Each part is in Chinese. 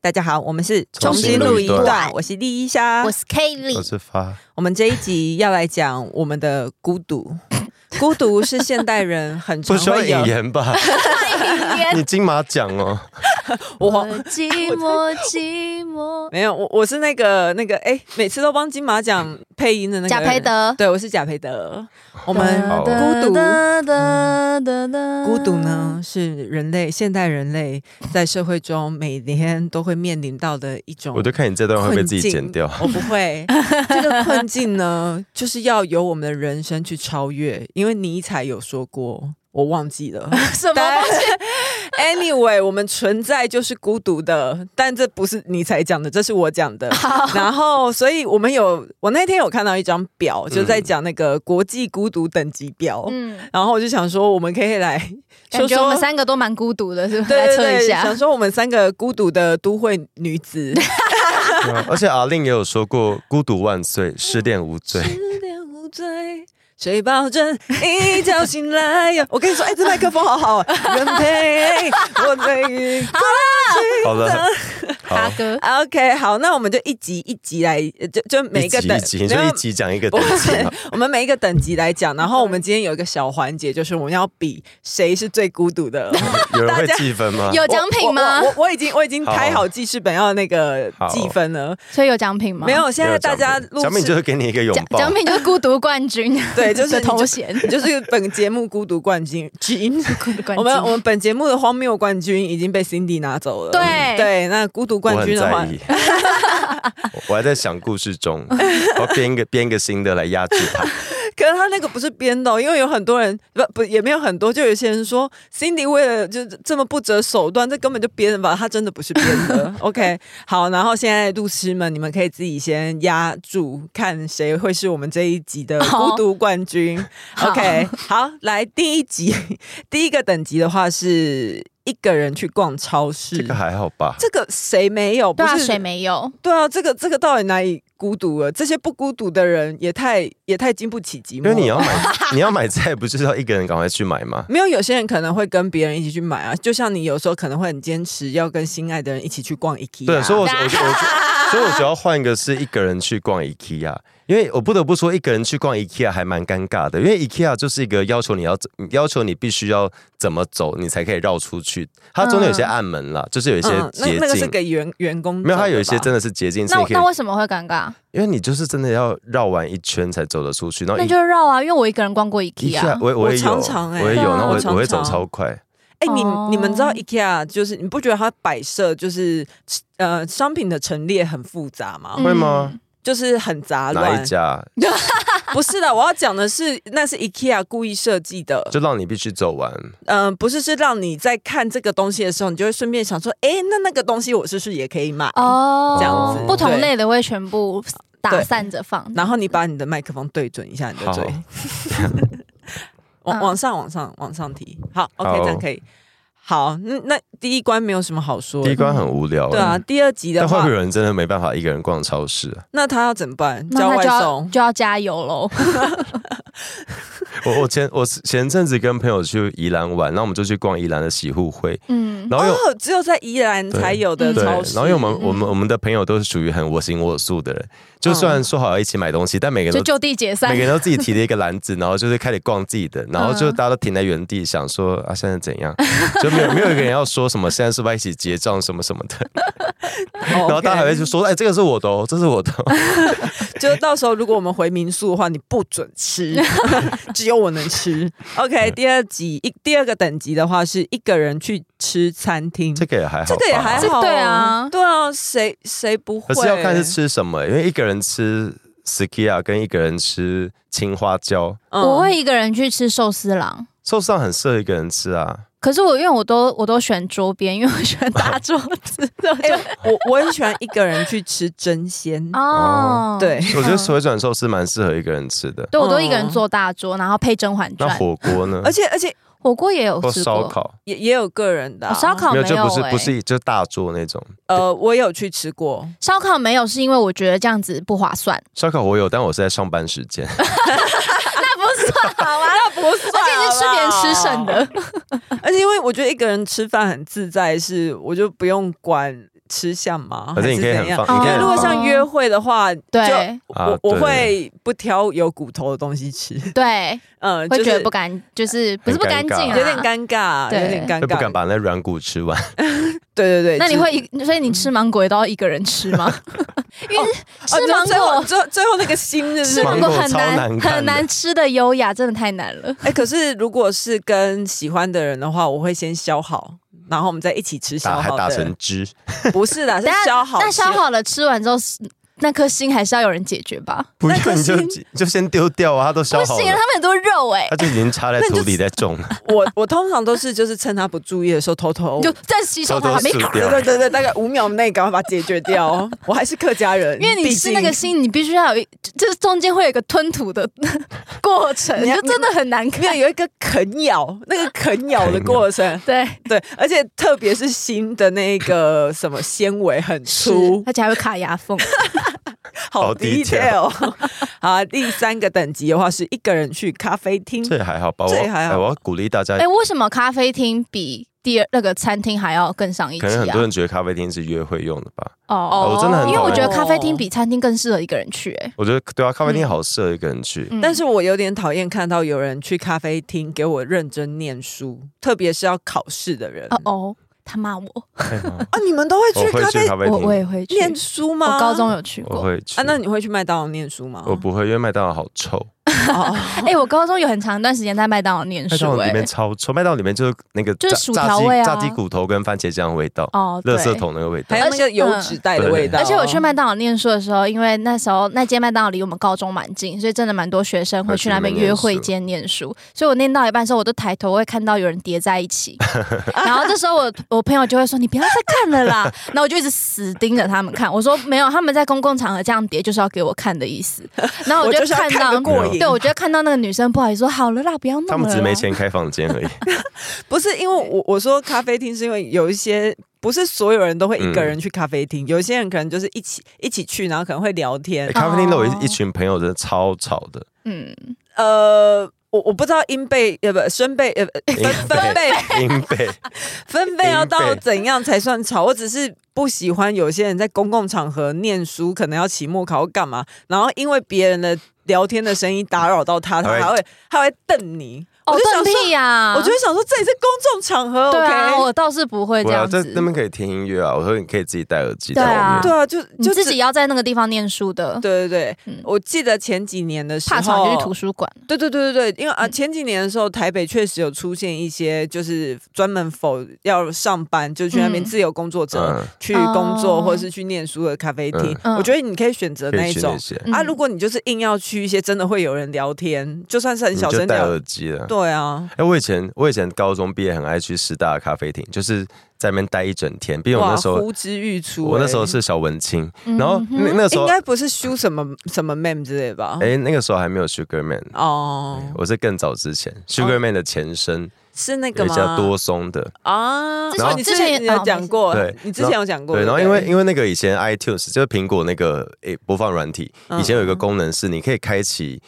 大家好，我们是重新录一段我是丽莎，我我是我 Kelly，是发们这一集要来讲我们的孤 独。孤独是现代人很不常需要会有引，言吧？ 你金马奖哦，我寂寞寂寞，没有，我我是那个那个，哎、每次都帮金马奖配音的那个贾培人，德，嗯对，我是贾培德。我我们好孤独，独孤独呢，是人类现代人类在社会中每天都会面临到的一种我就看你这段会不会自己剪掉。 我哦不 会。这个困境呢，就是要由我们的人生去超越，因为尼采有说过，我忘记 了。什么？但 anyway，我们存在就是孤独的，但这不是尼采讲的，这是我讲的。然后，所以我们有，我那天有看到一张表，就在讲那个国际孤独等级表。嗯，然后我就想说，我们可以来感说觉我说们，三个都蛮孤独的，是不是？对来对测一对，想下，说我们三个孤独的都会女 子。对啊而且阿令也有说过“孤独万岁，失恋无 罪失恋无罪，谁保证一觉醒来 呀？我跟你说，哎、这麦克风好 好、啊，原配我最”。好了，哈好，哥， OK。好，那我们就一集一集来，呃就就每一一个集等一集，你没就有一集讲一个不等级是嘛。， 我们每一个等级来讲，然后我们今天有一个小环节，就是我们要比谁是最孤独 的。 有人会记分吗？有奖品吗我我？我我已经我已经开好记事本要那个好计分了，所以有奖品吗？没有。现在大家没录有奖品奖品就是给你一个拥奖抱奖。品就是孤独冠军，啊 对就是 的头衔， 你就是本节目孤独冠军军。孤独冠军。我们我们本节目的荒谬冠军已经被 Cindy 拿走了。对对，那孤独我冠很军的话 在，意，我还在想故事中，我要编一个编一个新的来压制 他。可是他那个不是编的哦、因为有很多人不不也没有很多，就有些人说 Cindy 为了就这么不择手段，这根本就编的吧？他真的不是编的。OK，好， 然后现在律师们，你们可以自己先压住，看谁会是我们这一集的好孤独冠军。好 OK，好，来第一集， 第一个等级的话是一个人去逛超市。这个还好吧？这个谁没有？不对啊，是谁没有？对啊，这个这个到底哪里孤独了？这些不孤独的人也太也太经不起寂寞因了。为你要买， 你要买菜，不是要一个人赶快去买吗？没有有些人可能会跟别人一起去买啊，就像你有时候可能会很坚持要跟心爱的人一起去逛 IKEA。啊 对，所以我我我我，所以我只要换一个是一个人去逛 IKEA，因为我不得不说，一个人去逛 IKEA 还蛮尴尬的，因为 IKEA 就是一个要求你要要求你必须要怎么走，你才可以绕出去。它中间有些暗门啦，就是有一些嗯，那捷那个是径。给员员工没有，它有一些走的真的是捷径，是那你可以那，为什么会尴尬？因为你就是真的要绕完一圈才走得出去。然后那 I- 就绕啊，因为我一个人逛过 IKEA， IKEA，我我也有，我常常欸我也有，然后我我常常我会走超快。吧。哎、你哦你们知道 IKEA 就是你不觉得它摆设就是呃商品的陈列很复杂吗？嗯会吗？就是很杂哪乱一。家不是的，我要讲的是那是 IKEA 故意设计的，就让你必须走完？嗯、不是，是让你在看这个东西的时候，你就会顺便想说，哎，那那个东西我是不是也可以买？哦，这样子不同对类的会全部打对散着放。然后你把你的麦克风对准一下你的 嘴，往嗯往上往上往上提。好，OK，好这样可以。好，那那第一关没有什么好说的。第一关很无聊。对啊，，第二集的但会不话会，有人真的没办法一个人逛超市啊？那他要怎么办？那叫他外就要送。就要加油喽！ 我我前我前阵子跟朋友去宜兰玩，然后我们就去逛宜兰的洗护会，嗯，然后有。哦，只有在宜兰才有的对，然超市。后因为我们嗯我们我们的朋友都是属于很我行我素的人，嗯就虽然说好要一起买东西，但每个就人都就地解散每个。人都 自己提了一个篮子，然后就是开始逛自己的，然后就嗯大家都停在原地想说啊现在怎样，就没有没有一个人要说什么现在是不是要一起结账什么什么 的，然然后大家还嗯会就说哎这个是我的哦，这是我的哦， 就到时候如果我们回民宿的话，你不准吃， 只有我能吃。OK，第二集一第二个等级的话是一个人去吃餐厅，这个也还好吧，这个也还这好、对啊对啊，谁谁不会？可是要看是吃什么、因为一个人吃 skia 跟一个人吃青花椒，嗯我会一个人去吃寿司郎，寿司上很适合一个人吃 啊。可是我因为我都我都选桌边，因为我喜欢打桌子，我哎、就我我很喜欢一个人去吃真 鲜。哦，对，嗯我觉得水转寿司蛮适合一个人吃 的。对我都一个人做大桌，然后配《甄嬛那传》，火锅呢而？且而且火锅也有或吃烧过，烤？也也有个人的啊、哦烧烤就不是没有欸不是就大桌那种。呃，我有去吃过，烧烤没有是因为我觉得这样子不划算，烧烤我有，但我是在上班时间。哦那不算好啊， 那不是，而且是吃别人吃剩的，而且因为我觉得一个人吃饭很自在，是我就不用管反正你 可以还是怎样很放你可以因为如果像约会的话，就 对哦啊我我对会不挑有骨头的东西吃， 对，嗯，会就觉得是不干，就是不是不干净啊，有点。尴尬，对有点尴就不尬，敢把那软骨吃 完，对对对，那你就是会一，所以你吃芒果也都要一个人吃 吗？因为哦吃就芒最后果。最后最后那个心是不吃是？芒芒果果很超难难看的很难吃的优雅，真的太难了。哎、可是如果是跟喜欢的人的话，我会先削好，然后我们再一起吃削打还好打的成。汁， 不是的，是但削好。但削好了吃完之后，那颗心还是要有人解决吧？不那用可你就是就先丢掉啊，它都不消好行，他了，们很多肉哦哎、它就已经插在 那你就土里在种了，我我通常都是就是趁他不注意的时候偷偷你就在洗手偷台偷还没撕对掉。对对对，大概五秒内赶快把它解决掉。哦我还是客家人，因为你毕吃那个竟心，你必须要有一，就是中间会有一个吞吐的 过程，你要就真的很难没看。有有一个啃咬，那个啃咬的过程，对， 对，而且特别是新的那个什么纤维很粗是，，而且还会卡牙缝。好好 detail。好 啊，第三个等级的话是一个人去咖啡厅，这也还好吧，我这也还好哎我要鼓励大家哎、，为什么咖啡厅比第二那个餐厅还要更上一级可能很啊多？人觉得咖啡厅是约会用的吧，哦我真的很因为讨我厌觉得咖啡厅比餐厅更适合一个人去、哎、我觉得对啊，咖嗯啡厅好适合一个人去，嗯但是我有点讨厌看到有人去咖啡厅给我认真念书，特别是要考试的人。哦哦，他骂我，哎呀啊，你们都会 我去会咖去啡咖啡我我厅，也会去。念书吗？我高中有去我过，会去啊，那你会去麦当劳念书啊吗？我不会，因为麦当劳好臭，哦，哎、我高中有很长一段时间在麦当劳念麦当书、劳里哎面，超臭，麦当劳里面就是那个就是炸薯炸条鸡味啊炸鸡骨头跟番茄酱的味道，哦，对垃圾桶那个味道还，有那个油脂带的味道。而且我去麦当劳念书的时候，因为那时候那间麦当劳离我们高中蛮近，所以真的蛮多学生会去那边约会间念 书。所以我念到一半的时候，我都抬头会看到有人叠在一 起，然后这时候我我朋友就会说：“你不要再看了啦。”然后我就一直死盯着他们看。我说：“没有，他们在公共场合这样叠就是要给我看的意思。” 然后我我就就是要看看到个过瘾对我就看到那个女生不好意思说：“好了啦，不要弄了。”他们只是没。钱开房间 而已，不是因为我我说咖啡厅是因为有一些。不是所有人都会一个人去咖啡嗯厅，有些人可能就是一起一起去，然后可能会聊天哎。咖啡厅都有一一群朋友真的超吵 的，嗯，呃，我我不知道英贝呃不孙贝呃不英分 分贝 英贝，分贝要到英贝怎样才算吵？我只是不喜欢有些人在公共场合念书，可能要期末考或干嘛，然后因为别人的聊天的声音打扰到他，他哎还会还会他还会瞪你。哦我就，想邓说，屁呀！我就会想说这里是公众场合啊对啊， ，OK？我倒是不会这我要样在子。那边可以听音乐啊，我说你可以自己戴耳嗯机在对啊外面对。啊，就你就自只己要在那个地方念书的，对对对，嗯我记得前几年的时候，怕吵就去图书馆。对对对对对，因为啊，嗯前几年的时候，台北确实有出现一些就是专门否要上班，就去那边嗯自由工作者嗯，去工作哦或者是去念书的咖啡厅，嗯我觉得你可以选择可那以一去那种。些，嗯啊，如果你就是硬要去一些真的会有人聊天，就算是很你小就声戴聊耳，机了。对啊，哎、我以前我以前高中毕业很爱去师大的咖啡厅，就是在那边待一整天。毕竟我哇，那时候呼之欲出、我那欸时候是小文青，嗯然后哼那那时应候该不是修什么什么 mem 之类吧？哎、那个时候还没有 Sugar Man，、哦，我是更早之前 Sugar Man 的前身，是那有个一家吗？多松的。啊，之然后前你之之前前你有哦讲没事过对，你之前有讲过，对，然后对因不对为因为那个以前 iTunes 就是苹果那个诶、播放软体，嗯以前有一个功能是你可以开启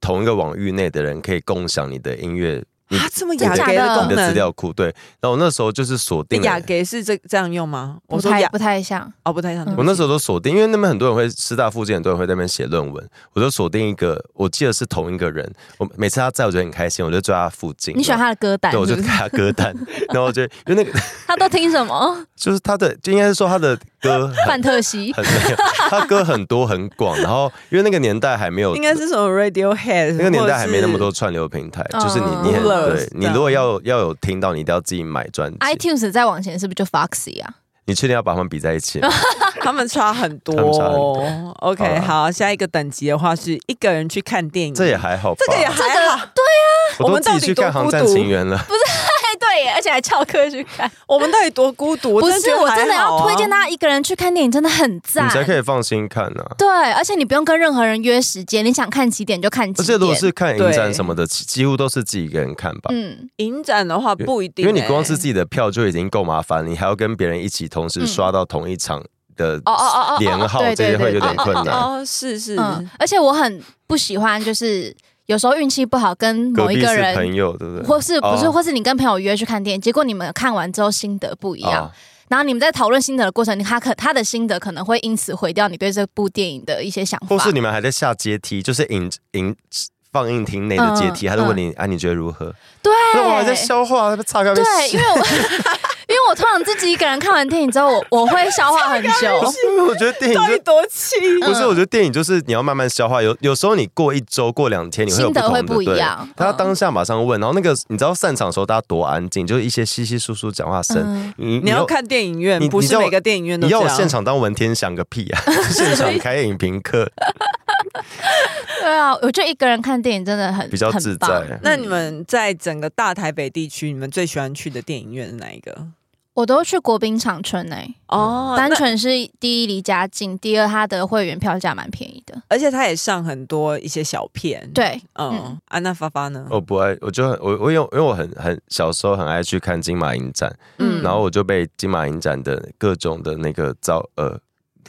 同一个网域内的人可以共享你的音乐、你啊，这么真雅的阁假的功你的资能，料库。对，然后我那时候就是锁定了雅阁是这这样用吗？我不说太雅不太像，哦，不太像。嗯我那时候都锁定，因为那边很多人会师大附近很多人会在那边写论文，我就锁定一个，我记得是同一个人。我每次他在我就很开心，我就坐在他附近。你喜欢他的歌单对，我就是不给是？ 他歌单， 然后我就因为那个他都听什 么？就是他的，就应该是说他的歌范很 特西。很没有，他歌很多很广，然后因为那个年代还没有应。该是什么 Radiohead，那个年代还没那么或者哦多是。串流平台，嗯就是你，你很 Googlers 对你如果要要有听到，你一定要自己买专辑。 iTunes 再往前是不是就 Foxy 啊？你确定要把它们比在一起 吗？他们差很多他们差很哦。OK，好好，下一个等级的话是一个人去看电影，这也还好啊吧，这个也还好。我我都们自到己底去多看《孤航站独情缘》了。哎，对耶，而且还翘课去看。我们到底多孤独？不真的是，觉得我还真的好要啊推荐大家一个人去看电影，真的很赞你。才可以放心看呢、啊。对，而且你不用跟任何人约时间，你想看几点就看几而且如果点。是看影展什么的，几几乎都是自己一个人看吧。嗯，影展的话不一定因欸，为你光是自己的票就已经够麻烦，你还要跟别人一起同时刷到同一场的嗯哦哦哦哦连号对，这对些会有点对困难。哦，是是，嗯，而且我很不喜欢，就是有时候运气不好跟隔某一壁个是人朋友，对不对？或是不是，哦或是你跟朋友约去看电影，结果你们看完之后心得不一样，哦然后你们在讨论心得的过程，他可他的心得可能会因此毁掉你对这部电影的一些想法，或是你们还在下阶梯，就是影影放映厅内的阶梯，嗯他就问你、啊，你觉得如何？对，那我还在消化，还在擦干对，因为我 因为我通常自己一个人看完电影之后，我我会消化 很久。因为我觉得电影到就底多气？不嗯是，我觉得电影就是你要慢慢消化。有有时候你过一周、过两天，你会有心得同的会不一对样他嗯当下马上问，然后那个你知道散场的时候大家多安静，就是一些稀稀疏疏讲话声嗯。你你要。看电影院你，不你是叫我每个电影院都你这要我样。现场当文天祥个屁 啊！现场开影评课对啊，我就一个人看电影真的很比较很自棒在那你们在整个大台北地区，你们最喜欢去的电影院是哪一个？我都去国宾长春哎、哦单那纯是第一离家近，第二它的会员票价蛮便宜的。而且他也上很多一些小片。，对，嗯，安娜发发呢？我哦不爱，我就很我我因为因为我很很小时候很爱去看金马影展，嗯然后我就被金马影展的各种的那个造呃，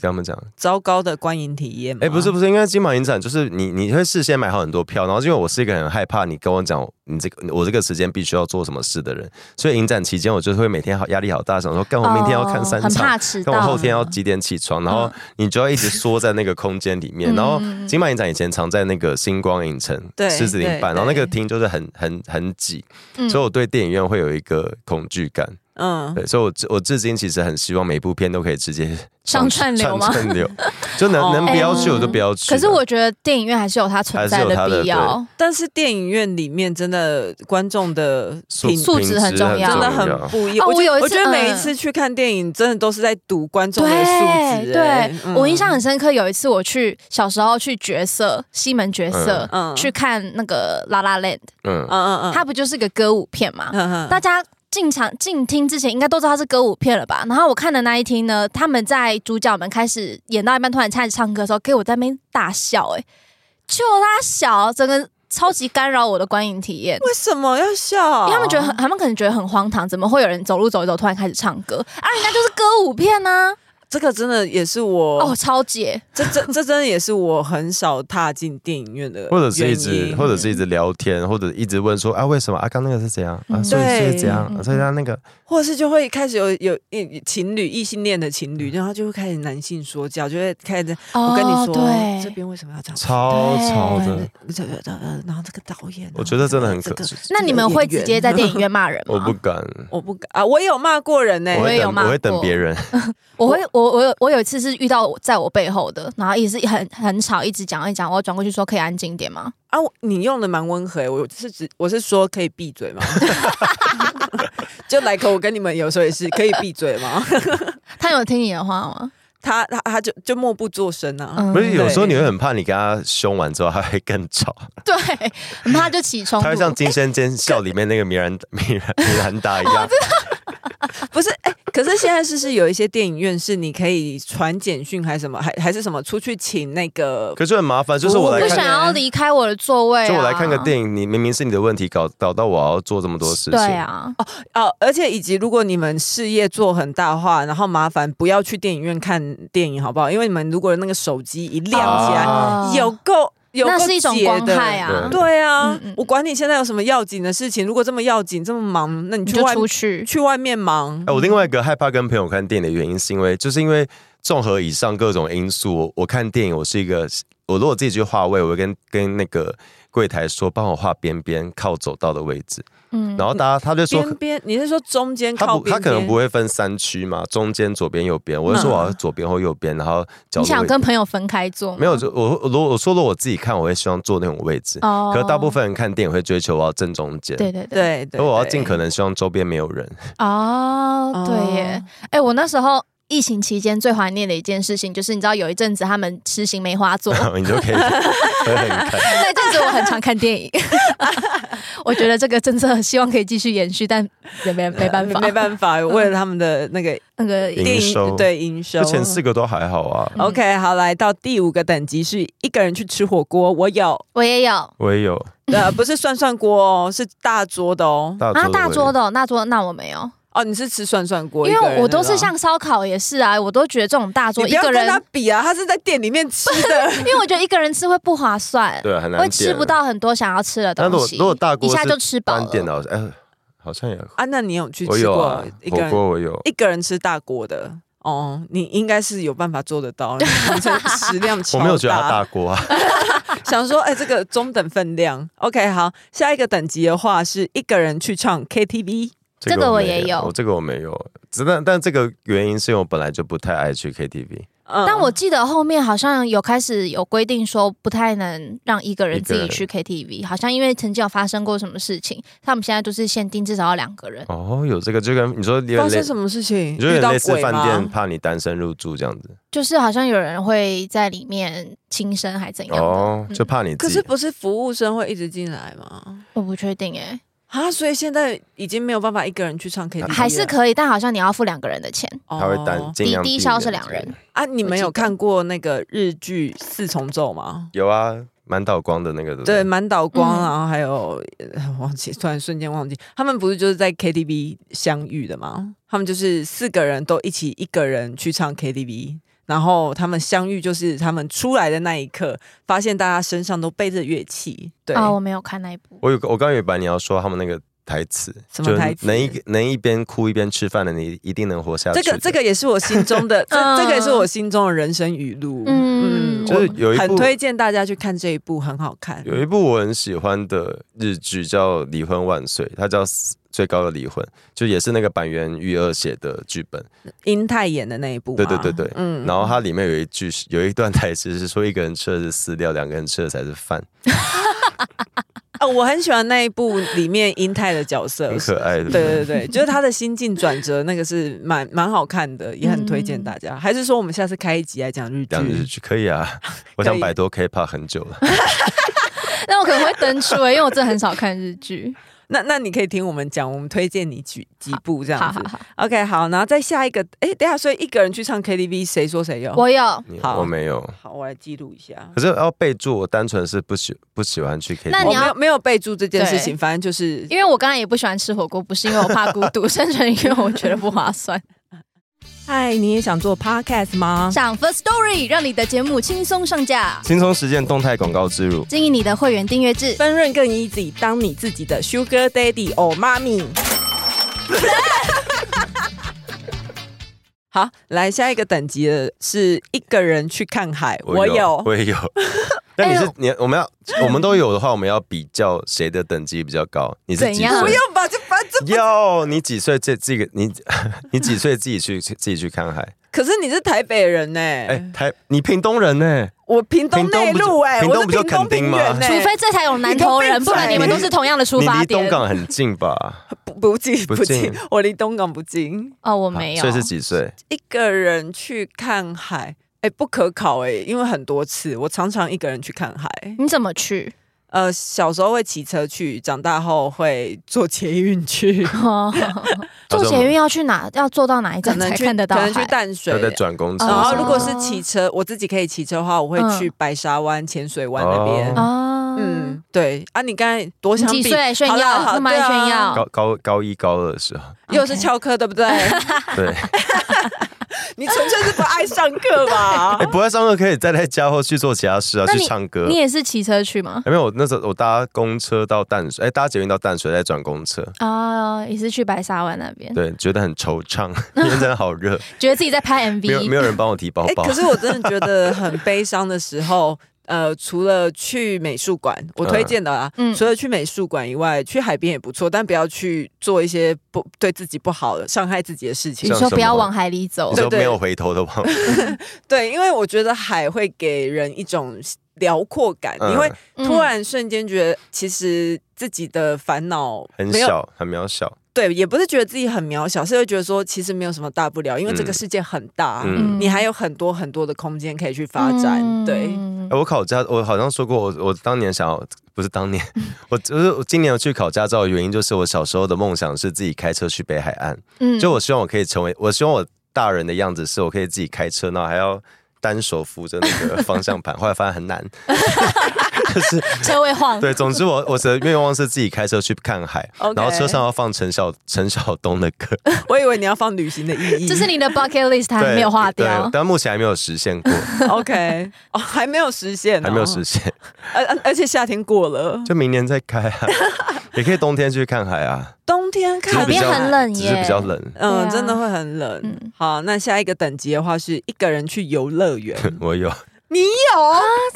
跟他们讲，糟糕的观影体验吗？哎、不是不是，应该金马影展就是你你会事先买好很多票，然后因为我是一个很害怕你跟我讲你这个我这个时间必须要做什么事的人，所以影展期间我就会每天好压力好大，想说干我明天要看三哦很场。怕迟到，跟我后天要几点起床，然后你就要一直缩在那个空间里面。嗯然后金马影展以前常在那个星光影城、对狮子林办，对然后那个对厅就是很很很挤，嗯所以我对电影院会有一个恐惧感。嗯，对，所以我至我至今其实很希望每部片都可以直接上串流吗哦上串流就能能不要去我就不要去啊。可是我觉得电影院还是有它存在还是有它的必要。但是电影院里面真的观众的素品素质很重要真的很不一样。觉哦得我有一次我觉得每一嗯次去看电影，真的都是在赌观众的素对质。哎对，我印象，很深刻。有一次我去小时候去角色西门角色嗯嗯去看那个《La La Land》，嗯嗯，嗯嗯，它不就是个歌舞片嘛？嗯大家进场进厅之前应该都知道它是歌舞片了吧？然后我看的那一厅呢，他们在主角们开始演到一半，突然开始唱歌的时候，给我在那边大笑、欸，哎，就他小，整个超级干扰我的观影体验。为什么要笑？因为他们觉得很，他们可能觉得很荒唐，怎么会有人走路走一走突然开始唱歌啊？人家就是歌舞片呢、这个真的也是我，哦，超姐，这这这真的也是我很少踏进电影院的，或者是一直或者者是一直聊天，或者一直问说啊为什么啊刚那个是怎样啊嗯所以对是怎样，嗯啊所以他那个或者是就会开始有有一情侣异性恋的情嗯侣，然后就会开始男性说教，就会开始哦我跟你说对，这边为什么要这样超对吵的对，这个呃，然后这个导演啊，嗯我觉得真的很这个可这个那你们会直接在电影院骂人吗？我不敢，我不敢啊，我也有骂过人呢、我我会也有等骂我会等过别人，我会我我有我有一次是遇到我在我背后的，然后也是很很吵，一直讲一讲，我转过去说可以安静一点吗？啊，我你用的蛮温和、欸，我是指我是说可以闭嘴吗？ 就来可我跟你们有时候也是可以闭嘴吗？ 他有听你的话吗？他他他就就默不作声啊，嗯不是有时候对你会很怕你跟他凶完之后他会更吵， 对，很怕就起冲他会像《突。金声尖笑》里面那个米兰米兰米兰达一哦样，不是哎、可是现在是是有一些电影院是你可以传简讯还是什么，还还是什么出去请那个可是很麻烦，就是我来不不看想要离开我的座位、啊，就我来看个电影，你明明是你的问题，搞搞到我要做这么多事情。对啊，哦，而且以及如果你们事业做很大化，然后麻烦不要去电影院看电影，好不好？因为你们如果那个手机一亮起来，啊哦有够有够那是一种解光的害啊，对对啊，嗯嗯我管你现在有什么要紧的事情，如果这么要紧这么忙，那你你去就外出去。去外面忙。哎、我另外一个害怕跟朋友看电影的原因，是因为就是因为综合以上各种因素，我我看电影，我是一个，我如果自己去划位，我会跟跟那个柜台说，帮我画边边靠走道的位置，嗯，然后大家他就说。边边，你是说中间他靠不，边他边？可能不会分三区嘛，中间、左边、右边。我就说我要左边或右边，然后角嗯落你想位置跟朋友分开坐吗？没有，就我我如果我说了我自己看，我会希望坐那种位置。哦可是大部分人看电影会追求我要正中间，对对对，对对，所以我要尽可能能希望周边没有人。哦，对耶，哎、我那时候。疫情期间最怀念的一件事情，就是你知道有一阵子他们实行梅花座， 你就 可以狠狠看。那阵子我很常看电影。 我觉得这个政策希望可以继续延续，但也没没办法，没办法，为了他们的那个那个营电收影对营收嗯就，前四个都还好啊， OK，好，来到第五个等级是一个人去吃火锅，我 有，我也有。我也有呃，不是涮涮锅哦，是大桌的哦。大桌啊，大桌的的哦、大桌那我没有，哦，你是吃涮涮锅，因一个人为的我都是啊啦像烧烤也是啊，我都觉得这种大你桌不一要个跟人，他比啊，他是在店里面吃 的，因为我觉得一个人吃会不划算我也有，对，很难啊会吃点不。到很多想要吃的但如东果西。如果大锅一下是就吃饱单了，点的，哎，好像也啊，那你有去我吃有过啊一，个火人、锅我有。一个人吃大锅的？哦，你应该是有办法做得到， 你这食量超我大。没有觉得它大 锅啊，想说，哎、这个中等分量。OK，好，下一个等级的话是一个人去唱 KTV。这个我没也哦有我这个我没有。只但但这个原因是因为我本来就不太爱去 KTV，嗯但我记得后面好像有开始有规定说，不太能让一个人自己去 KTV，好像因为曾经有发生过什么事情，他们现在都是限定至少要两个人。哦，有这个就跟你说有点发类生，什么事情？你说有遇点到类似鬼饭店吗？怕你单身入住这样子，就是好像有人会在里面轻生还怎样的，哦，嗯就怕你可自是己。不是服务生会一直进来吗？我不确定哎、啊，所以现在已经没有办法一个人去唱 KTV，了还是可以，但好像你要付两个人的钱。哦他会单尽低量低避消免是两人，啊？你们有我记得看过那个日剧《四重奏》吗？有啊，满岛光的那个对，不满岛光，嗯然后还有呃忘记，突然瞬间忘记，他们不是就是在 KTV 相遇的吗？他们就是四个人都一起一个人去唱 KTV，然后他们相遇就是他们出来的那一刻，发现大家身上都背着乐器，对，啊，我没有看那一部。我有个我刚以为你要说他们那个台词，什么台词就能一能一边哭一边吃饭的，你一定能活下去这的。个这个也是我心中 的，这嗯这个也是我心中的人生语录，嗯嗯，就我是有一很部推荐大家去看这一部，很好看，有一部我很喜欢的日剧叫《离婚万岁》，它叫《最高的离婚》，就也是那个板垣裕二写的剧本。英泰演的那一部嘛，对对对对，嗯然后它里面有一句是有一段台词是说，一个人吃的是饲料，两个人吃的才是饭，啊，我很喜欢那一部里面英泰的角色，很可爱的。对对对，就是他的心境转折，那个是蛮蛮好看的，也很推荐大嗯家。还是说我们下次开一集来讲日这样子剧？去可以啊，我想摆脱 K-pop 很久了。那我可能会登出、欸，因为我真的很少看日剧。那那你可以听我们讲，我们推荐你几几部这好样子好。好， OK，好，然后再下一个，哎，等一下，所以一个人去唱 KTV，谁说谁有？我有。你好我没有，好，我来记录一下。可是要备注，我单纯是不喜不喜欢去 K。那我没你要有没有备注这件事情，对反正就是因为我刚才也不喜欢吃火锅，不是因为我怕孤独， 单纯因为我觉得不划算。嗨，你也想做 Podcast 吗？上 First Story 让你的节目轻松上架，轻松实践动态广告植入，经营你的会员订阅制。分润更 easy，当你自己的 Sugar Daddy or Mommy。好，来下一个等级的是一个人去看海，我有。我也有。 那你哎是呦你我们要我们都有的话，我们要比较谁的等级比较高？你是怎几样不岁？用吧，就反正这。要你几岁？这这个你 你几岁自己去自己去看海？可是你是台北人呢、哎、嗯台你屏东人呢、我屏东屏东内不就陆哎，屏我东是不就屏东垦丁平吗原呢、除非这才有南投人，你都闭嘴不然你们都是同样的出你发离东点。港很近吧？不不近不不近近，我离东港不近。哦，我 没啊有。所以是几岁？一个人去看海，哎、不可考哎、因为很多次我常常一个人去看海。你怎么 去？呃，小时候会骑车去，长大后会坐捷运 去，坐捷运要去哪？要坐到哪一可站能才去看得到可能去海？淡水要。在转公车哦嗯然后上吗。如果是骑车，我自己可以骑车的话，我会去白沙湾、浅水湾那边。哦啊，嗯，对啊，你刚才多你想几比岁炫好啦耀？好干嘛对啊炫耀？高高高一高二的时候，又是翘课对不 对？对，你纯粹是不爱上课 吧 哎、？不会上课可以再在家或去做其他事啊，那去你唱歌。你也是骑车去吗？哎没有，我那时候我搭公车到淡水，哎、搭捷运到淡水，再转公车，啊、也是去白沙湾那哎边，对，觉得很惆怅，因为真的好 热，觉得自己在拍没有 MV，没有人帮我提包哎、包。可是我真的觉得很悲伤的时候，呃，除了去美术馆，我推荐的啦，嗯除了去美术馆以外，去海边也不错，但不要去做一些不对自己不好的、伤害自己的事你情像。说什不要么往海里走你对，说没有回头 的话，对，因为我觉得海会给人一种辽阔感，嗯你会嗯突然瞬间觉得，其实自己的烦恼很没有嗯小，很渺小。对，也不是觉得自己很渺小，是会觉得说其实没有什么大不了，因为这个嗯世界很大，啊嗯你还有很多很多的空间可以去发展。对，嗯哎我考驾，我好像说过，我我当年想要，不是当年，嗯我就是我今年有去考驾照的原因，就是我小时候的梦想是自己开车去北海岸，嗯就我希望我可以成为，我希望我大人的样子是我可以自己开车，然后还要单手扶着那个 方向盘，后来发现很难。就是车位 晃，对，总之我我的愿望是自己开车去看海 OK 然后车上要放陈小陈晓东的歌，我以为你要放旅行的意义，这是你的 bucket list 还对，没有划掉对，。但目前还没有实现过， OK，哦，还没有实现、哦，还没有实，现，而而而且夏天过了， 就明年再开啊。也可以冬天去看海啊，冬天看只海是比边较很冷只耶，是比较冷。对啊嗯，真的会很冷。嗯好，那下一个等级的话是一个人去游乐园。 我有，你啊，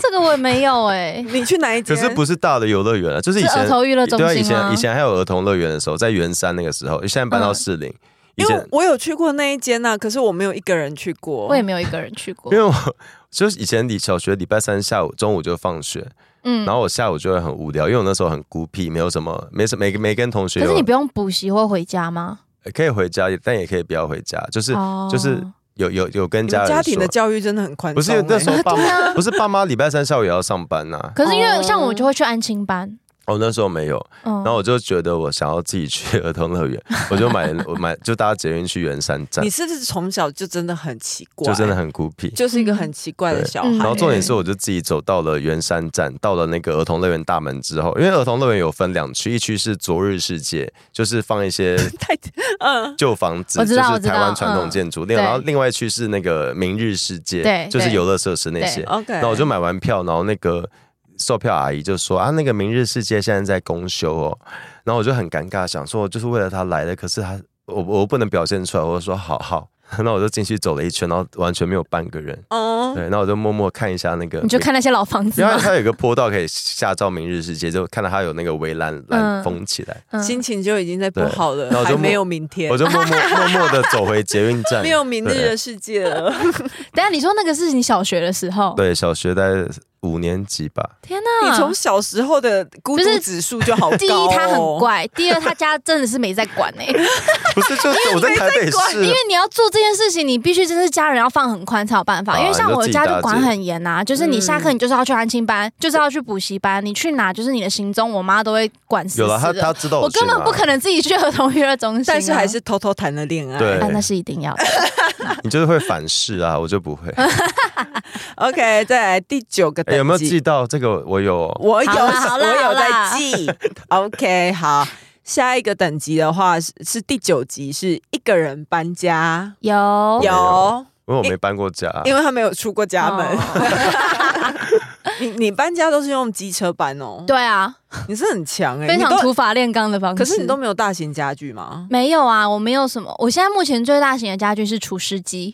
这个我也没有哎、你去哪一可间？是不是大的游乐园啊，就是以是前儿童娱乐中对啊，以心吗？嗯前以前还有儿童乐园的时候，在圆山那个时候，现在搬到士林。以因前为我有去过那一间呐、可是我没有一个人去过。我也没有一个人去过因，为我 就是以前你小学礼拜三下午中午就放学，嗯然。后我下午就会很无聊，因为我那时候很孤僻，没有什么没什没没跟同学可有是你不用补习或回家吗？可以回家，但也可以不要回家，就是、哦就是有有有跟你家们人家庭的说教育真的很宽不松、是欸。因为那时候爸 妈、对啊不是爸妈礼拜三下午也要上班呐、可是因为哦像我就会去安亲班，哦，那时候没有，嗯，然后我就觉得我想要自己去儿童乐园，我就买我买就搭捷运去圆山站你，是不是从小就真的很奇怪？就真的很孤僻。就是一个很奇怪的小孩。嗯然后重点是，嗯我就自己走到了圆山站，到了那个儿童乐园大门之后，因为儿童乐园有分两区，一区是昨日世界，就是放一些太嗯，旧房子，我就知是道我知道台湾传统嗯建筑，另、然后另外一区是那个明日世界，对就是对游乐设施那些对。 OK，那我就买完票，然后那个售票阿姨就说啊，那个明日世界现在在公休哦，然后我就很尴尬，想说就是为了他来的，可是他我我不能表现出来，我就说好好， 那我就进去走了一圈，然后完全没有半个人，嗯，对，那我就默默看一下那个，你就看那些老房子因为吗？它有一个啊坡道可以下照明日世界，就看到它有那个围栏栏嗯封起来，嗯心情就已经在不好了对那，我就还默没有明天我，就默默默默的走回捷运 站，没有明日嗯对的世界 了。等一下你说那个是你小学的时候？对，小学在五年级 吧，天哪！你从小时候的孤独不是指数就好高、哦。第一他很，怪，第二他家真的是没在管哎、不 是，就是我在台北因为市。你要做这件事情，你必须真是家人要放很宽才有办法。啊因为像我家你就自己搭就管很严啊，就是你下课你就是要去安亲班，就是要去补习班，你去哪就是你的行踪，我妈都会管死死有了，他他的。知道我去根本哪不可能自己去儿童娱乐中心啊、但是还是偷偷谈了恋爱。对啊，那是一定要的。你就是会反噬啊，我就不 会。 OK，再来第九个等级，哎有没有记到这个？我有哦，我有，好啦好我啦有好在啦记。OK，好，下一个等级的话是是第九级，是一个人搬家。有有有，因为我没搬过家， 因为他没有出过家门。哦 你你搬家都是用机车搬哦，对啊，你是很强哎、非常你都土法炼钢的方式。可是你都没有大型家具吗？没有啊，我没有什么。我现在目前最大型的家具是除湿机，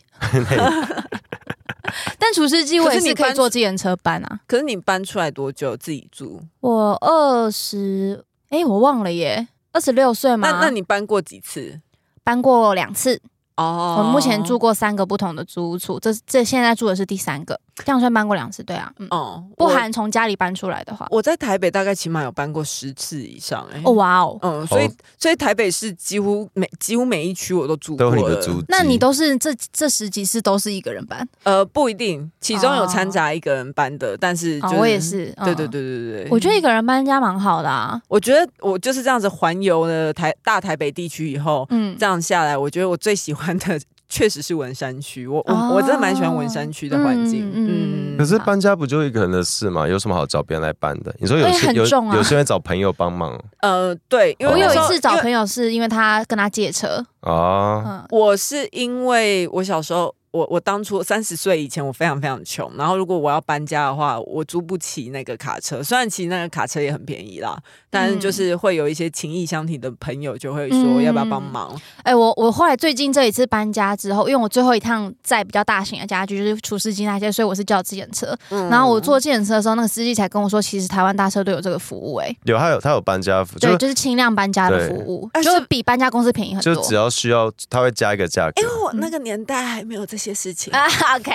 但除湿机我也可是是你搬可以坐自行车搬啊。可是你搬出来多久自己住？我二十，哎，我忘了耶，二十六岁嘛。那那你搬过几次？搬过两次？哦我目前住过三个不同的租屋处，这这现在住的是第三个，这样算搬过两次，对啊，嗯，哦，不我含从家里搬出来的话，我在台北大概起码有搬过十次以上哎、哦哇哦，嗯，所以哦所以台北市几乎每几乎每一区我都住都过有你的了。足迹。 那你都是这这十几次都是一个人搬呃，不一定，其中有哦掺杂一个人搬的，但是啊、就是、我也。是，嗯对对，对对对，我觉得一个人搬家蛮好的啊，我觉得我就是这样子环游了台大台北地区以后，嗯，这样下来，我觉得我最喜欢的 确实是文山区。我我、哦我真的蛮喜欢文山区的环境。嗯嗯嗯嗯可是搬家不就一个人的事嘛？有什么好找别人来搬的？你说有哎些很有重啊有些人找朋友帮忙呃，对，因为我有那时一候次找因为朋友是因为他跟他借车，啊，嗯，我是因为我小时候，我我当初三十岁以前，我非常非常穷。然后如果我要搬家的话，我租不起那个卡车。虽然骑那个卡车也很便宜啦，但是就是会有一些情谊相挺的朋友就会说嗯要不要帮忙。哎、我我后来最近这一次搬家之后，因为我最后一趟在比较大型的家具就是除湿机那些，所以我是叫自行车。嗯然后我坐自行车的时候，那个司机才跟我说，其实台湾大车都有这个服务、哎，有他有他有搬家服，对，就就是轻量搬家的服务对，哎就是比搬家公司便宜很就多哎只。要需要他会加一个价格因。为哎我那个年代还没有这些事情。嗯 啊，OK，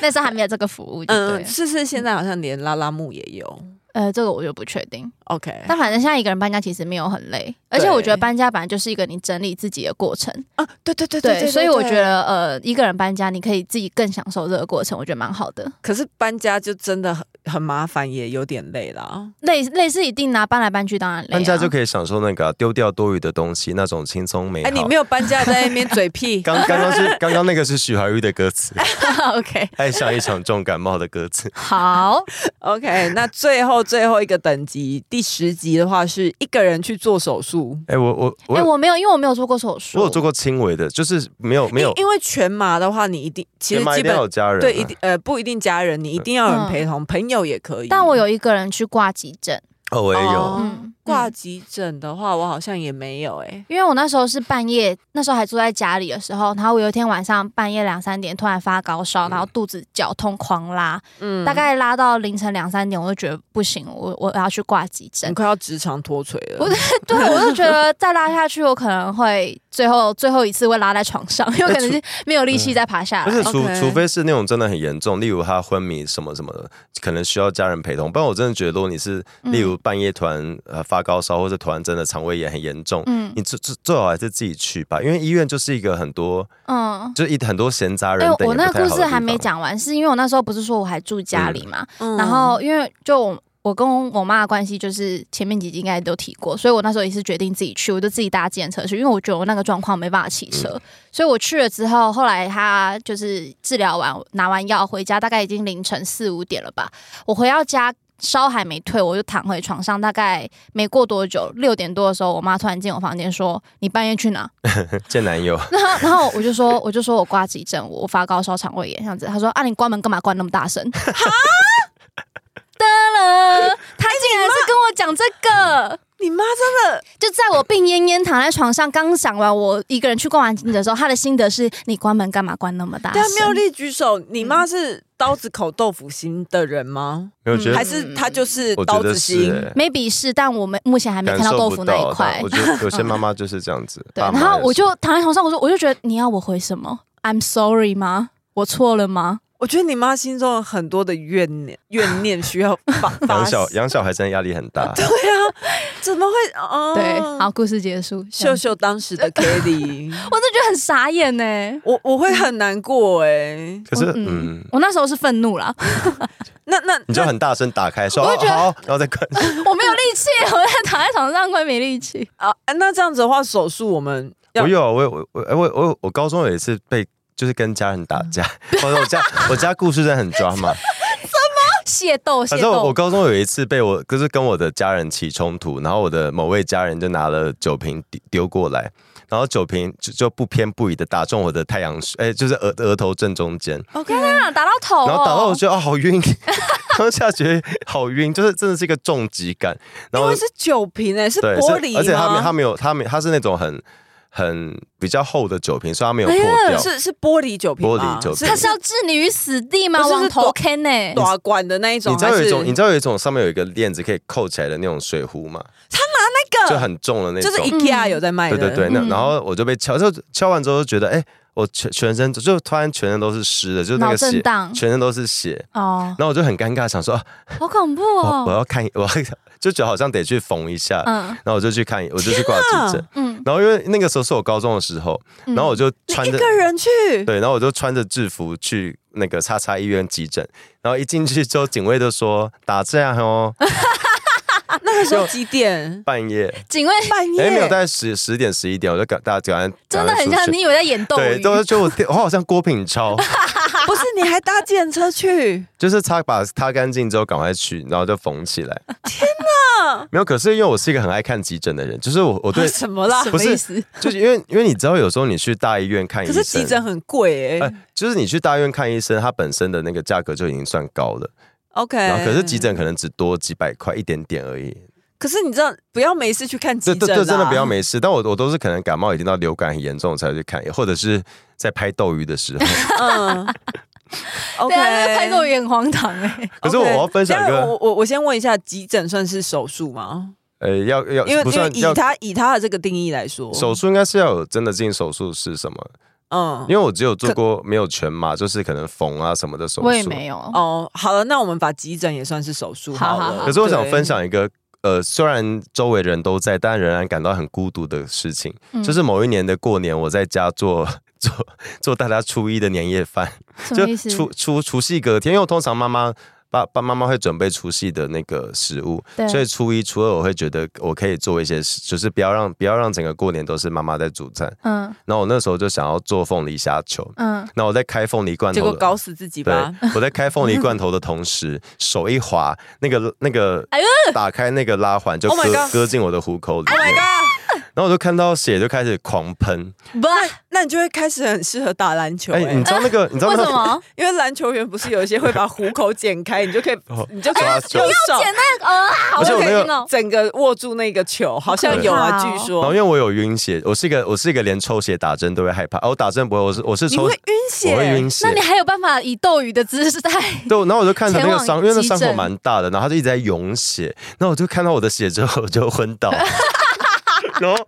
那时候还没有这个服务，嗯嗯，，是是，现在好像连拉拉木也有。呃，这个我就不确定。 OK，但反正现在一个人搬家其实没有很累，而且我觉得搬家本来就是一个你整理自己的过程，啊，对对对对，所以我觉，对得呃，一个人搬家你可以自己更享受这个过程，我觉得蛮好的。可是搬家就真的很很麻烦，也有点累啦。累累是一定拿、搬来搬去当然累、啊，搬 家就可以享受那个啊丢掉多余的东西，那种轻松美哎，你好。没。有搬家在那边嘴屁刚刚刚是刚刚那个是许怀玉的歌词， OK。爱上一场重感冒的歌词。好， OK，那 最后最后一个等级第十级的话，是一个人去做手术。 哎，我我哎、我有我没有，因为我没有做过手术，我有做过轻微的，就是没有没有因，因为全麻的话，你一定其实妈基一定要本有家人啊，对一定呃不一定家人，你一定要有人陪同，朋友也可以。但我有一个人去挂急诊，哦，我也有哦嗯，挂急诊的话，我好像也没有哎、因为我那时候是半夜，那时候还住在家里的时候，然后我有一天晚上半夜两三点突然发高嗯烧，然后肚子绞痛狂拉，嗯，大概拉到凌晨两三点，我就觉得不行，我我要去挂急诊你。快要直肠脱垂了。我 对，我就觉得再拉下去，我可能会最后最后一次会拉在床上，因为可能是没有力气再爬下嗯而来且。除 OK 除非是那种真的很严重，例如他昏迷什么什么的，可能需要家人陪同。不然我真的觉得，如果你是嗯例如半夜突然呃发高烧，或者突然真的肠胃炎很严重，嗯你最最最好还是自己去吧，因为医院就是一个很多嗯。就是一很多闲杂哎、人等也我不太那好个的地故方。事还没讲完，是因为我那时候不是说我还住家里嘛，嗯然后因为就我我跟我妈的关系，就是前面几集应该都提过，所以我那时候也是决定自己去，我就自己搭计程车去，因为我觉得我那个状况没办法骑车，所以我去了之后，后来她就是治疗完拿完药回家，大概已经凌晨四五点了吧，我回到家。烧还没退，我就躺回床上。大概没过多久，六点多的时候，我妈突然进我房间说：“你半夜去哪？”见男友，然后，然后我就说，我就说我挂急诊，我发高烧、肠胃炎这样子。他说啊，你关门干嘛关那么大声？哈，得了，他竟然是跟我讲这个。你妈真的就在我病恹恹躺在床上，刚讲完我一个人去逛完景的时候，他的心得是：你关门干嘛关那么大对声啊，？妙丽举手，你妈是刀子口豆腐心的人吗？没有我觉还得嗯是她就是我觉刀得子是心？欸 maybe 是，但我们目前还没感看到受豆不腐那一但块嗯我。觉得有些妈妈就是这样子。对，爸然妈后也我是就躺在床上，我说我就觉得你要我回什么？I'm sorry 吗？我错了吗？我觉得你妈心中有很多的怨念，怨念需要 发发养小泄。养小孩真的压力很大对。啊，怎么会？哦，对，好，，故事结束。这秀样子秀当时 的 Kelly，我真的觉得很傻眼呢、我我会很难过哎、可是我嗯，我那时候是愤怒啦，那那你就很大声打开说我哦会觉得好，然后再关。我没有力气，我在躺在床上快没力气。啊，那这样子的话，手术我们要我有啊，我有我我哎我我我高中有一次被就是跟家人嗯打架，我我家我家故事真的很抓 马。械斗，械反正我我斗，高中有一次被我就是跟我的家人起冲突，然后我的某位家人就拿了酒瓶丢丢过来，然后酒瓶就就不偏不倚的打中我的太阳穴，哎、就是额额头正中间， OK 天啊，打到头、哦，然后打到我觉得啊、好晕， 当下觉得好晕，就是真的是一个重击感，然因后为是酒瓶哎、 是对，玻璃是而且它没它吗？没有它没它是那种很很比较厚的酒瓶，所以它没有破哎掉。是是玻璃酒瓶吗，玻璃酒瓶他是要置你于死地吗？不是往头 can 呢、短管的那一种，你知道有一种，还你是知道有一种上面有一个链子可以扣起来的那种水壶吗？那就个很重的那就种，是 IKEA 有在卖的，对对对，那嗯然后我就被敲，就敲完之后就觉得，哎、我全全身就突然全身都是湿的，就是那脑个血震，荡全身都是血。哦，然后我就很尴尬，想说，啊、好恐怖我我哦，要看， 我要就觉得好像得去缝一下。嗯然后我就去看，我就去挂急啊诊。嗯，然后因为那个时候是我高中的时候，然后我就穿嗯一着、个人去， 对，然后我就穿着制服去那个叉叉医院急诊。然后一进去之后，警卫就说打这样哦，啊那个时候几点？半夜 警卫半夜哎没有，大概十十点十一点，我就赶大家赶快真的很赶快出像，去你以为在演斗啊对，鱼？都是觉得我我好像郭品 超，不是你还搭电车去？就是擦把擦干净之后赶快去，然后就缝起来。天哪！没有，可是因为我是一个很爱看急诊的人，就是我 我对，啊什么啦？什不么是意思？就是因为因为你知道有时候你去大医院看医可生，是急诊很贵哎、哎就是你去大医院看医生，它本身的那个价格就已经算高了， o k 然后可是急，诊可能只多几百块一点点而已，可是你知道不要没事去看急这这诊啦，啊这真的不要没事。但我我都是可能感冒已经到流感很严重才去看，或者是在拍斗鱼的 时候。 啊嗯。OK，对啊，那个拍斗鱼很荒唐哎、可是我 OK 我要分享一等下个，我我我先问一下，急诊算是手术吗？呃，要要因为不因为算以要他以他的这个定义来说，手术应该是要有真的进手术是什么？嗯因，为我只有做过没有全麻，就是可能缝啊什么的手术。我也没有，哦，好了，那我们把急诊也算是手术好好了。好好可是我想对分，享一个，呃，虽然周围人都在，但仍然感到很孤独的事情，嗯就是某一年的过年，我在家做做做大家初一的年夜饭，什就么意思？除除除夕隔天，因为我通常妈妈。爸爸妈妈会准备除夕的那个食物，对所以初一、初二我会觉得我可以做一些事，就是不要让不要让整个过年都是妈妈在煮菜。嗯然后我那时候就想要做凤梨虾球，嗯，那我在开凤梨罐头结的，果搞死自己对吧。，我在开凤梨 罐头的同时，手一滑，那个那个，哎呦打开那个拉环就 Oh my 割 God 割进我的虎口里 Oh my 面， god！ 然后我就看到血就开始狂喷。不，那你就会开始很适合打篮球、哎、哎你知道那个？你知道为那什个？ 么？因为篮球员不是有一些会把虎口剪开，你就可以 哦，你就可以抓用手简单啊，好而且恶我那个心哦！整个握住那个球，好像有啊，好可怕哦据然后说因为我有晕血，我是一个我是一个连抽血打针都会害怕。哦、我打针不会，我是我是你抽，会晕血，我会晕血那。你还有办法以斗鱼的姿势在？对，然后我就看着那个前往伤，因为那急伤口诊蛮大的，然后他就一直在涌血，然后我就看到我的血之后，我就昏倒， 然后。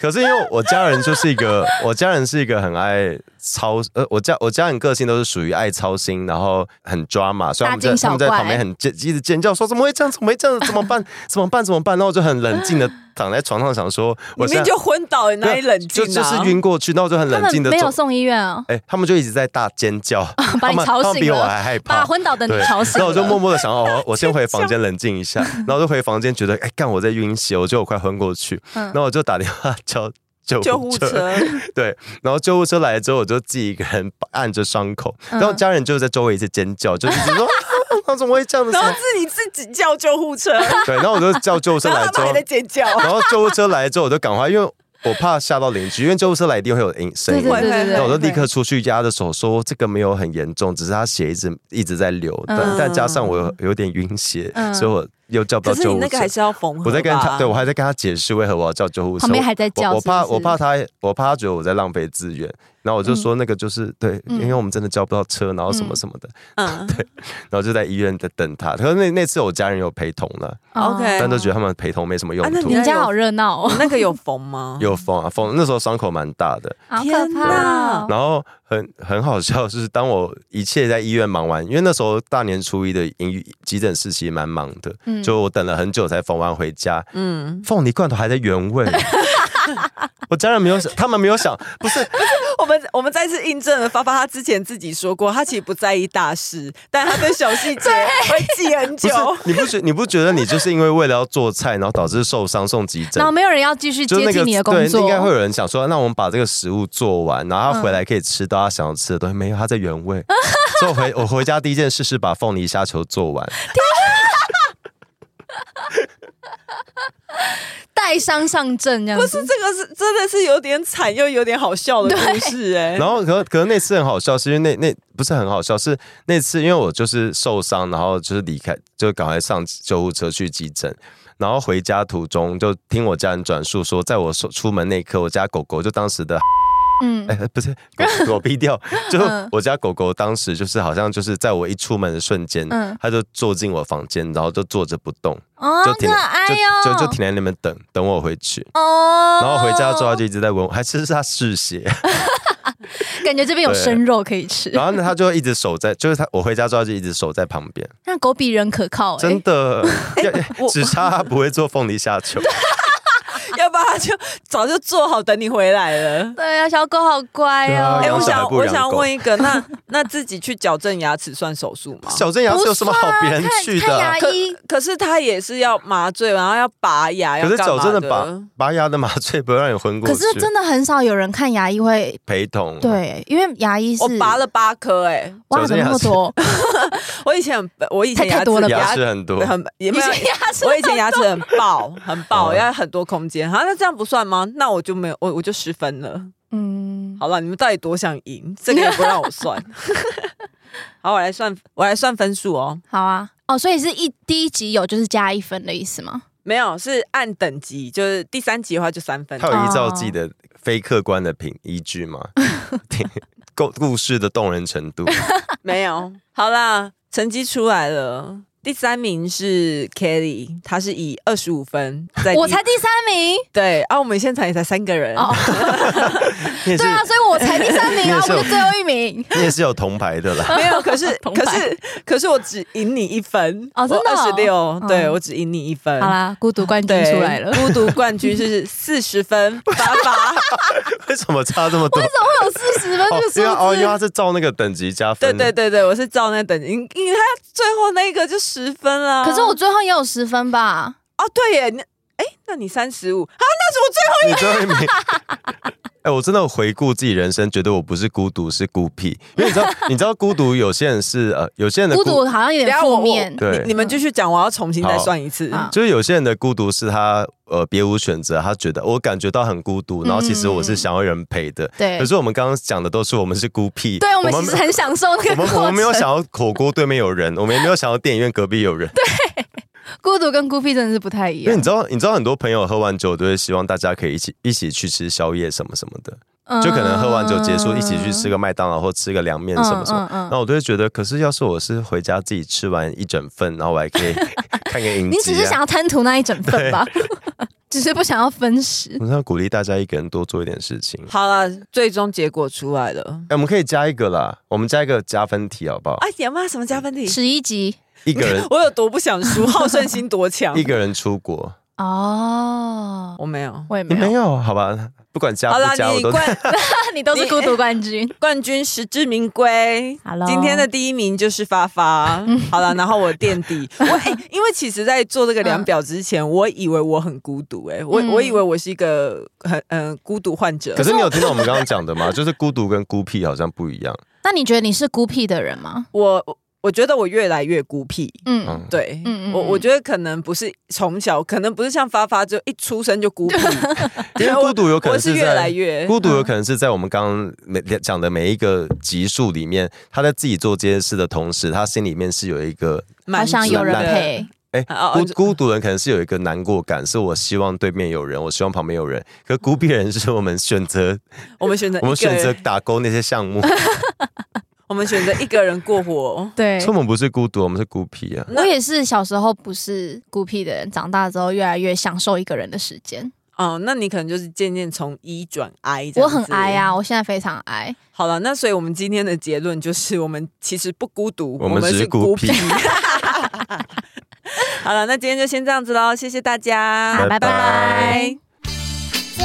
可是因为我家人就是一个，我家人是一个很爱操，呃，我家我家人个性都是属于爱操心，然后很抓嘛，所以他们大在惊小他们在怪旁边很尖一直尖叫说怎么会这样，怎么会这样，怎么办，怎么办，怎么办？然后我就很冷静的躺在床上想 说，我明现明在就昏倒，你哪里冷静就啊？就是晕过去，那我就很他冷们静的没有走，送医院啊，哎、他们就一直在大尖叫， 把他你们吵他们比醒我了，还害怕把，昏倒的你对吵醒然了。后我就默默的想，哦，我 先回房间冷静一下，然后就回房间，觉得哎，干我在晕血，我觉得我快昏过去，嗯然后我就打电话叫 救救护护车，车， 对，然后救护车来了之后，我就自己一个人按着伤口，嗯然后家人就在周围一直尖叫，就一 直说啊，他怎么会这样子 然？后是你自己叫救护车，然对，然后我就叫救 护车后来他 之们还后在，尖叫，然后救护车来之后，我就赶快，因为我怕吓到邻居，因为救护车来一定会有音声对音对嘛。对对哦对，那我就对立刻出去压着手说：“这个没有很严重，只是他血一直一直在流，但、嗯但加上我有有点晕血，嗯所以我又叫不可到是救你护那个还车。是要缝合吧，我在跟他，对我还在跟他解释为何我要叫救护车。旁边还在叫我我怕是不是我怕他，我怕他觉得我在浪费资源。然后我就说那个就是、对，嗯因为我们真的叫不到车，然后什么嗯什么的， 嗯，然后就在医院在等他。可是那那次我家人有陪同了，哦 OK 但都觉得他们陪同没什么用啊那途。你你们家好热闹哦，那个有缝吗？有缝啊缝，那时候伤口蛮大的。好可天怕哪哦。然后很很好笑，就是当我一切在医院忙完，因为那时候大年初一的营急诊室其实蛮忙的，嗯就我等了很久才缝完回家，嗯，凤梨罐头还在原 位。我家人没有想，他们没有想，不是我们我们再次印证了发发他之前自己说过，他其实不在意大事，但他对小 细节会记很不久是。，你不觉你不觉得你就是因为为了要做菜，然后导致受伤送急诊然后？没有人要继续就是接那近个你的工对，作，应该会有人想说，那我们把这个食物做完，然后他嗯回来可以吃到他想要吃的东西。没有，他在原 位。所以我回我回家第一件事是把凤梨虾球做完。带伤上阵这样不子是。这个是真的是有点惨又有点好笑的故事哎、然后可可是那次很好笑，是因为那那不是很好笑，是那次因为我就是受伤，然后就是离开，就赶快上救护车去急诊。然后回家途中就听我家人转述说，在我出出门那一刻，我家狗狗就当时 的嗯哎、不是狗狗逼 掉，就嗯我家狗狗当时就是好像就是在我一出门的瞬间，嗯它就坐进我房间，然后就坐着不动，哦，就停可爱哟，就就就停在那边等等我回去。哦。然后回家之后，它就一直在闻我，还是是它嗜血。 感觉这边有生肉可以吃，然后呢，他就一直守在，就是他我回家之后就一直守在旁边，那狗比人可靠哎、真的，要我只差他不会做凤梨虾球。要不然他就早就做好等你回来了。对啊，小狗好乖哦、对啊哎、养我小孩想不我养想狗问一个，那 那自己去矫正牙齿算手术吗？矫正牙齿有什么好别人去看的啊、看牙可医，可是他也是要麻醉，然后要拔牙，可要是干矫嘛正的的拔拔牙的麻醉不会让你昏过可去，嗯是真的很少有人看牙医会陪同。对，因为牙医是我拔了八颗哎、哇，怎么那么多？ 我以前很我以前太牙太齿多了吧牙齿很多，很也没有以前牙齿我以前牙齿很 爆，很爆，嗯要很多空间。好，那这样不算吗？那我就没有，我我就失分了。嗯，好了，你们到底多想赢？这个也不让我 算。好，我来算，我来算分数哦。好啊，哦，所以是一第一集有就是加一分的意思吗？没有，是按等级，就是第三级的话就三分他。有依照自己的非客观的评依据吗？故故事的动人程度， 没有，好啦，成绩出来了。第三名是 Kelly，她是以二十五分在第。我才第三名，对啊，我们现场也才三个人， 哦，你也是对啊，所以我才第三名 你啊，也是我有就最后一名。你也是有铜牌的啦。 没有。可是 同可班是可是我只赢你一分哦真的二哦十六，嗯对我只赢你一分。好啦，孤独冠军对，出来了，孤独冠军 是四十分，八八。为什么差这么多？我有四十分哦这因个为哦，因数为字，他是照那个等级加对分的。对对对，我是照那等级，因因为他最后那个就十分啦。 可是我最后也有十分吧？哦，对耶，那哎，那你三十五，你最后一名。哎、我真的回顾自己人生，觉得我不是孤独，是孤僻。因为你知道，你知道孤独，有些人是呃，有些人的孤独好像等有一点下我我负面。对你你们继续讲，我要重新再好算一次。啊就是有些人的孤独是他呃别无选择，他觉得我感觉到很孤独，然后其实我是想要有人陪的。嗯对可是我们刚刚讲的都是我们是孤僻，对，我们其实很享受那我个过们程。我们没有想要火锅对面有人，我们也没有想要电影院隔壁有人。孤独跟孤僻真的是不太一因为样你。知道，你知道很多朋友喝完酒都会希望大家可以一起一起去吃宵夜什么什么的，嗯就可能喝完酒结束一起去吃个个麦当劳或吃个凉面什么什么。嗯么那我都会觉得，可是要是我是回家自己吃完一整份，然后我 还可以看个影集、啊，你只是想要贪图那一整份吧， 只是不想要分食。我是要鼓励大家一个人多做一点事情。好了，最终结果出来了。哎、我们可以加一个啦，我们加一个加分题好不好？哎呀妈，什么加分题？十一集一个人我有啊多不想输，好胜心多强一？个人出国，哦，我没有。我也没你有，没有好吧？不管加好啦，不加，我你都冠 你都是孤独冠 军。冠军实至名归。 Hello 今天的第一名就是发发。好了，然后我垫底。我哎、因为其实，在做这个量表之前，我以为我很孤独、哎，我、嗯我以为我是一个很嗯、孤独患者可。是你有听到我们刚刚讲的吗？就是孤独跟孤僻好像不一 样。那你觉得你是孤僻的人吗？我我我觉得我越来越孤僻。嗯，嗯，对，嗯嗯我嗯我觉得可能不是从小，可能不是像发发就一出生就孤僻，因为孤独有可我能是是越来在越嗯孤独有可能是在我们刚刚每讲的每一个集数里面，他在自己做这件事的同时，他心里面是有一个好满足想有人的陪。。哎、啊孤哦孤独人可能是有一个难过感，是我希望对面有人，我希望旁边有人。可孤僻人 是我们选择，我们选择我们一个选人择打勾那些项目，我们选择一个人过活对 所以我们不是孤独，我们是孤僻啊。我也是小时候不是孤僻的人，长大之后越来越享受一个人的时间。哦，那你可能就是渐渐从 E 转 I 这样我子。很哀啊，我现在非常哀。好了，那所以我们今天的结论就是，我们其实不孤独，我们只是是孤僻 僻。好了，那今天就先这样子喽，谢谢大家，好拜拜拜。喜